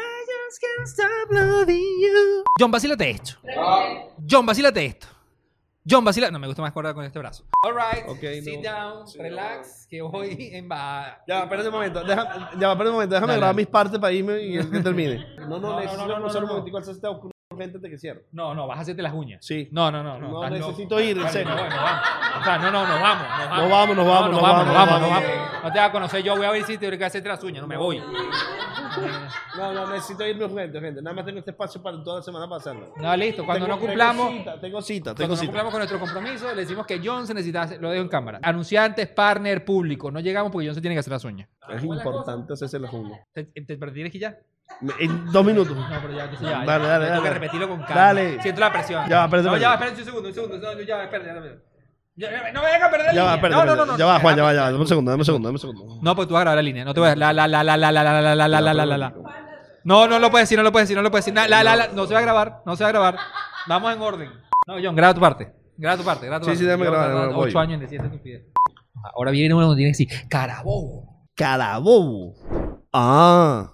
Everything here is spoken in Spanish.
can't stop loving you. John, vacílate esto. John, vacílate esto. John, vacila. No, me gusta más acordar con este brazo. All right. Ok, Sit no. down. Sí, relax. Que voy en va. Ya, espérate un momento. Deja, ya, espérate un momento. Déjame Dale. grabar mis partes para irme y que termine. No, no, no, necesito no, no, no, cruzar un no. momentico al césped o con gente te que cierre. No, no, vas a hacerte las uñas. Sí. No, no, no. No, No, estás loco. necesito ir, en Dale, serio. No, bueno, vamos. O sea, no, no, nos vamos. Nos vamos, Nos vamos, nos vamos, No, nos vamos, nos vamos, nos vamos. No te vas a conocer yo. Voy a ver si te voy a hacerte las uñas. No me voy. No, no, necesito irme urgente, gente. Nada más tengo este espacio para toda la semana para hacerlo. No, listo. Cuando Tengo- no cumplamos. Tengo cita, tengo cita. Cuando Tengo no cita. cumplamos con nuestro compromiso, le decimos que John se necesita, hacer- lo dejo en cámara. Anunciantes, partner, público. No llegamos porque John se tiene que hacer las uñas. Es importante hacerse la jungla. ¿Te, eh, te, pero tienes que ir ya? En dos minutos. No, pero ya, entonces ya. Dale, ya. dale, Yo Tengo que dale. repetirlo con calma. Dale. Siento la presión. Ya va, espérate, No, ya va, espérate espérate. un segundo, un segundo. No, ya va, espérate, ya, espérate. Ya, ya, no me vengas a perder la Ya línea. va, espérate. no, no, espérate. no, Ah. no. ya va, Juan, ya va, ya va. Dame un segundo, dame un segundo, dame un segundo. No, pues tú vas a grabar la línea. No te voy a... La, la, la, la, la, la, la, la, la, la, la, la, la, la. No, no lo puedes decir, no lo puedes decir, no lo puedes decir. Na- La, la, la, no se va a grabar, no se va a grabar. Vamos en orden. No, John, graba tu parte. Graba tu parte, graba tu Sí, parte. sí, déjame Yo grabar, tardaba no, voy. Ocho años en decir esta estupidez. Ahora viene uno donde tiene que decir, carabobo. Carabobo. Ah.